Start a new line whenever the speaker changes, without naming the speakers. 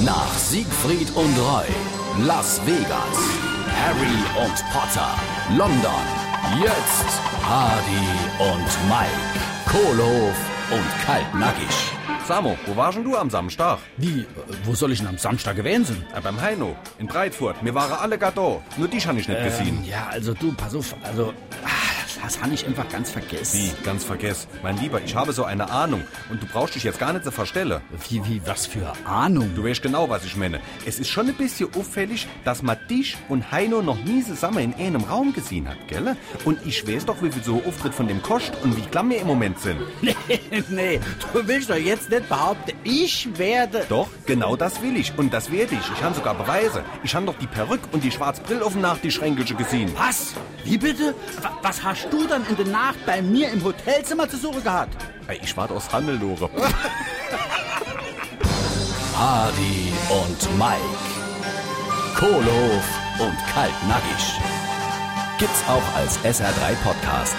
Nach Siegfried und Roy, Las Vegas, Harry und Potter, London, jetzt Hardy und Mike, Kohlehof und Kaltnackig.
Samo, wo warst denn du am Samstag?
Wie, äh, wo soll ich denn am Samstag gewesen sein?
Äh, beim Heino, in Breitfurt. Mir waren alle Gado. Nur dich habe ich nicht
Hm.
gesehen.
Ja, also du, pass auf, also, ah, das habe ich einfach ganz
Wie,
vergessen.
ganz vergess. Mein Lieber, ich habe so eine Ahnung. Und du brauchst dich jetzt gar nicht zu verstellen.
Wie, wie, was für Ahnung?
Du weißt genau, was ich meine. Es ist schon ein bisschen auffällig, dass man dich und Heino noch nie zusammen in einem Raum gesehen hat, gell? Und ich weiß doch, wie viel so ein Auftritt von dem kostet und wie klamm wir im Moment sind.
nee, du willst doch jetzt nicht behaupten, ich werde...
Doch, genau das will ich. Und das werde ich. Ich habe sogar Beweise. Ich habe doch die Perücke und die Schwarzbrill auf dem Nachtischränkische gesehen.
Was? Wie bitte? Wa- Was hast du dann in der Nacht bei mir im Hotelzimmer zu suchen gehabt?
Ey, Äh, Ich warte aus Hannelore.
Hardy und Mike, Kohlehof und Kaltnackig. Gibt's auch als SR3 Podcast.